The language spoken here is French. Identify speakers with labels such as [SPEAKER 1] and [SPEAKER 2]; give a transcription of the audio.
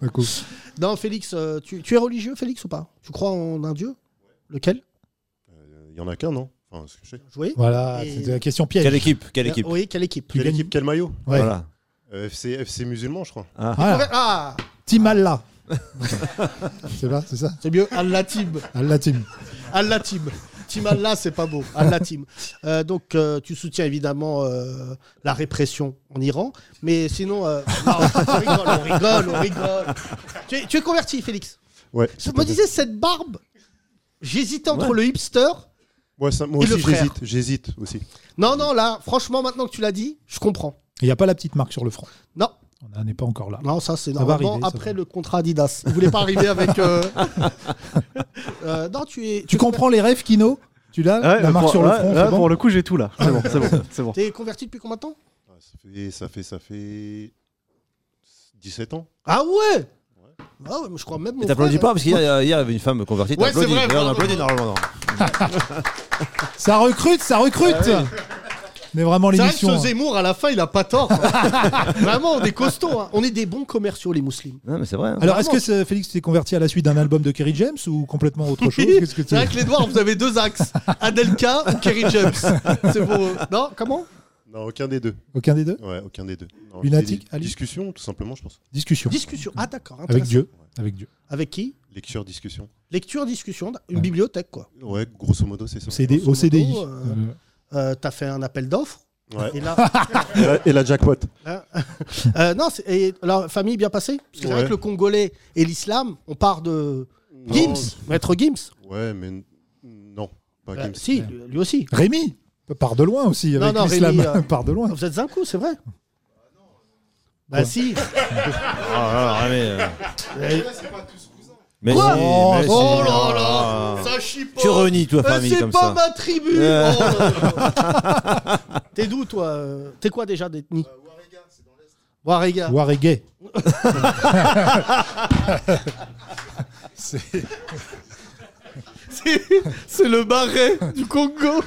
[SPEAKER 1] D'accord.
[SPEAKER 2] Non, Félix, euh, tu, tu es religieux, Félix, ou pas Tu crois en un dieu Lequel
[SPEAKER 3] Il Euh, y en a qu'un, non Enfin, ce que je sais.
[SPEAKER 2] Vous voyez
[SPEAKER 1] Voilà,
[SPEAKER 2] Et-
[SPEAKER 1] c'était la question piège.
[SPEAKER 4] Quelle équipe Quelle équipe
[SPEAKER 2] Oui, quelle équipe
[SPEAKER 1] Tu
[SPEAKER 3] Quelle
[SPEAKER 1] gagnes-
[SPEAKER 3] équipe, quel maillot
[SPEAKER 1] Ouais.
[SPEAKER 4] Voilà.
[SPEAKER 3] Euh, FC, FC musulman, je crois.
[SPEAKER 4] Ah.
[SPEAKER 1] Voilà.
[SPEAKER 2] Ah,
[SPEAKER 1] Team Allah. c'est pas, c'est ça
[SPEAKER 2] c'est mieux. Allah Team.
[SPEAKER 1] Allah Team.
[SPEAKER 2] Allah Team. Team Allah, c'est pas beau. Allah Team. Euh, donc, euh, tu soutiens évidemment euh, la répression en Iran. Mais sinon. euh, non, on rigole, on rigole, on rigole. Tu es, tu es converti, Félix
[SPEAKER 3] Ouais.
[SPEAKER 2] Je me disais, cette barbe, j'hésitais entre
[SPEAKER 4] Ouais.
[SPEAKER 2] le hipster.
[SPEAKER 3] Moi, ça- moi
[SPEAKER 2] Et le
[SPEAKER 3] aussi,
[SPEAKER 2] frère.
[SPEAKER 3] j'hésite. J'hésite aussi.
[SPEAKER 2] Non, non, là, franchement, maintenant que tu l'as dit, je comprends.
[SPEAKER 1] Il n'y a pas la petite marque sur le front.
[SPEAKER 2] Non,
[SPEAKER 1] On n'en est pas encore là.
[SPEAKER 2] non, ça c'est
[SPEAKER 1] Ça va
[SPEAKER 2] normalement
[SPEAKER 1] arriver, ça
[SPEAKER 2] après
[SPEAKER 1] va.
[SPEAKER 2] le contrat Adidas. Vous voulez pas arriver avec. euh, euh, non, tu es.
[SPEAKER 1] Tu comprends les rêves, Kino Tu l'as
[SPEAKER 5] Ouais, pour-
[SPEAKER 1] La marque sur le
[SPEAKER 5] là-
[SPEAKER 1] front,
[SPEAKER 5] là,
[SPEAKER 1] c'est bon
[SPEAKER 5] Pour le coup, j'ai tout là. C'est bon, c'est bon, c'est bon.
[SPEAKER 2] T'es converti depuis combien de temps
[SPEAKER 3] Ah, Ça fait, ça fait, ça fait 17 ans.
[SPEAKER 2] Ah ouais Ah ouais, mais je crois même.
[SPEAKER 4] Et
[SPEAKER 2] mon
[SPEAKER 4] t'applaudis
[SPEAKER 2] frère,
[SPEAKER 4] pas parce qu'il y, a- il y avait une femme convertie.
[SPEAKER 2] Ouais,
[SPEAKER 4] t'applaudis.
[SPEAKER 2] c'est vrai,
[SPEAKER 4] Ouais, on
[SPEAKER 2] pardon.
[SPEAKER 4] applaudit normalement.
[SPEAKER 1] Ça recrute, ça recrute Mais vraiment
[SPEAKER 2] C'est vrai que
[SPEAKER 1] l'émission.
[SPEAKER 2] ce
[SPEAKER 1] hein.
[SPEAKER 2] Zemmour, à la fin, il a pas tort. quoi. Vraiment, on est costauds. hein. On est des bons commerciaux, les musulmans.
[SPEAKER 4] Non, mais c'est vrai. hein.
[SPEAKER 1] Alors, est-ce
[SPEAKER 2] Vraiment.
[SPEAKER 1] que ce- Félix t'es converti à la suite d'un album de Kerry James ou complètement autre chose Qu'est-ce que
[SPEAKER 2] C'est vrai que les Noirs, vous avez deux axes Adelka ou Kerry James. C'est beau. Non, comment
[SPEAKER 3] Non, aucun des deux.
[SPEAKER 1] Aucun des deux
[SPEAKER 3] Ouais, aucun des deux. Non,
[SPEAKER 1] Lunatique,
[SPEAKER 3] c'était
[SPEAKER 1] Ali
[SPEAKER 3] des Discussion, tout simplement, je pense.
[SPEAKER 1] Discussion.
[SPEAKER 2] Discussion. Ah d'accord.
[SPEAKER 1] Avec
[SPEAKER 2] intéressant.
[SPEAKER 1] Dieu. Avec Dieu.
[SPEAKER 2] Avec qui
[SPEAKER 3] Lecture, discussion.
[SPEAKER 2] Lecture, discussion, une
[SPEAKER 1] Ouais.
[SPEAKER 2] bibliothèque quoi.
[SPEAKER 3] Ouais, grosso modo, c'est ça.
[SPEAKER 1] CD, au
[SPEAKER 2] modo,
[SPEAKER 1] CDI.
[SPEAKER 2] euh,
[SPEAKER 1] Euh,
[SPEAKER 2] Euh, T'as fait un appel d'offres.
[SPEAKER 3] Ouais.
[SPEAKER 2] Et là,
[SPEAKER 3] Et, la, et la jackpot.
[SPEAKER 2] Euh, non, c'est- et la famille bien passée Parce que c'est vrai
[SPEAKER 3] Ouais.
[SPEAKER 2] que le Congolais et l'islam, on part de Gims, maître Gims.
[SPEAKER 3] Non, Ouais, mais n- non. Pas
[SPEAKER 2] Euh,
[SPEAKER 3] Gims.
[SPEAKER 2] si, lui lui aussi.
[SPEAKER 1] Rémi Part de loin aussi,
[SPEAKER 2] Non,
[SPEAKER 1] avec
[SPEAKER 2] non,
[SPEAKER 1] l'islam.
[SPEAKER 2] Rémi, euh,
[SPEAKER 1] Part de loin.
[SPEAKER 2] Vous êtes un coup, c'est vrai Bah
[SPEAKER 1] Quoi
[SPEAKER 2] si.
[SPEAKER 4] Ah, ah, ah, mais, euh,
[SPEAKER 2] Euh,
[SPEAKER 4] mais
[SPEAKER 2] Quoi
[SPEAKER 4] si,
[SPEAKER 1] Oh,
[SPEAKER 4] mais si.
[SPEAKER 2] oh là là, ça chipote.
[SPEAKER 4] Tu renies, toi,
[SPEAKER 2] Euh,
[SPEAKER 4] famille,
[SPEAKER 2] C'est
[SPEAKER 4] comme
[SPEAKER 2] pas
[SPEAKER 4] ça.
[SPEAKER 2] ma tribu.
[SPEAKER 4] Euh.
[SPEAKER 2] Oh là Bah, là. T'es d'où toi euh T'es quoi déjà d'ethnie Warega,
[SPEAKER 1] War et gay.
[SPEAKER 2] c'est dans l'est. C'est le marais du Congo.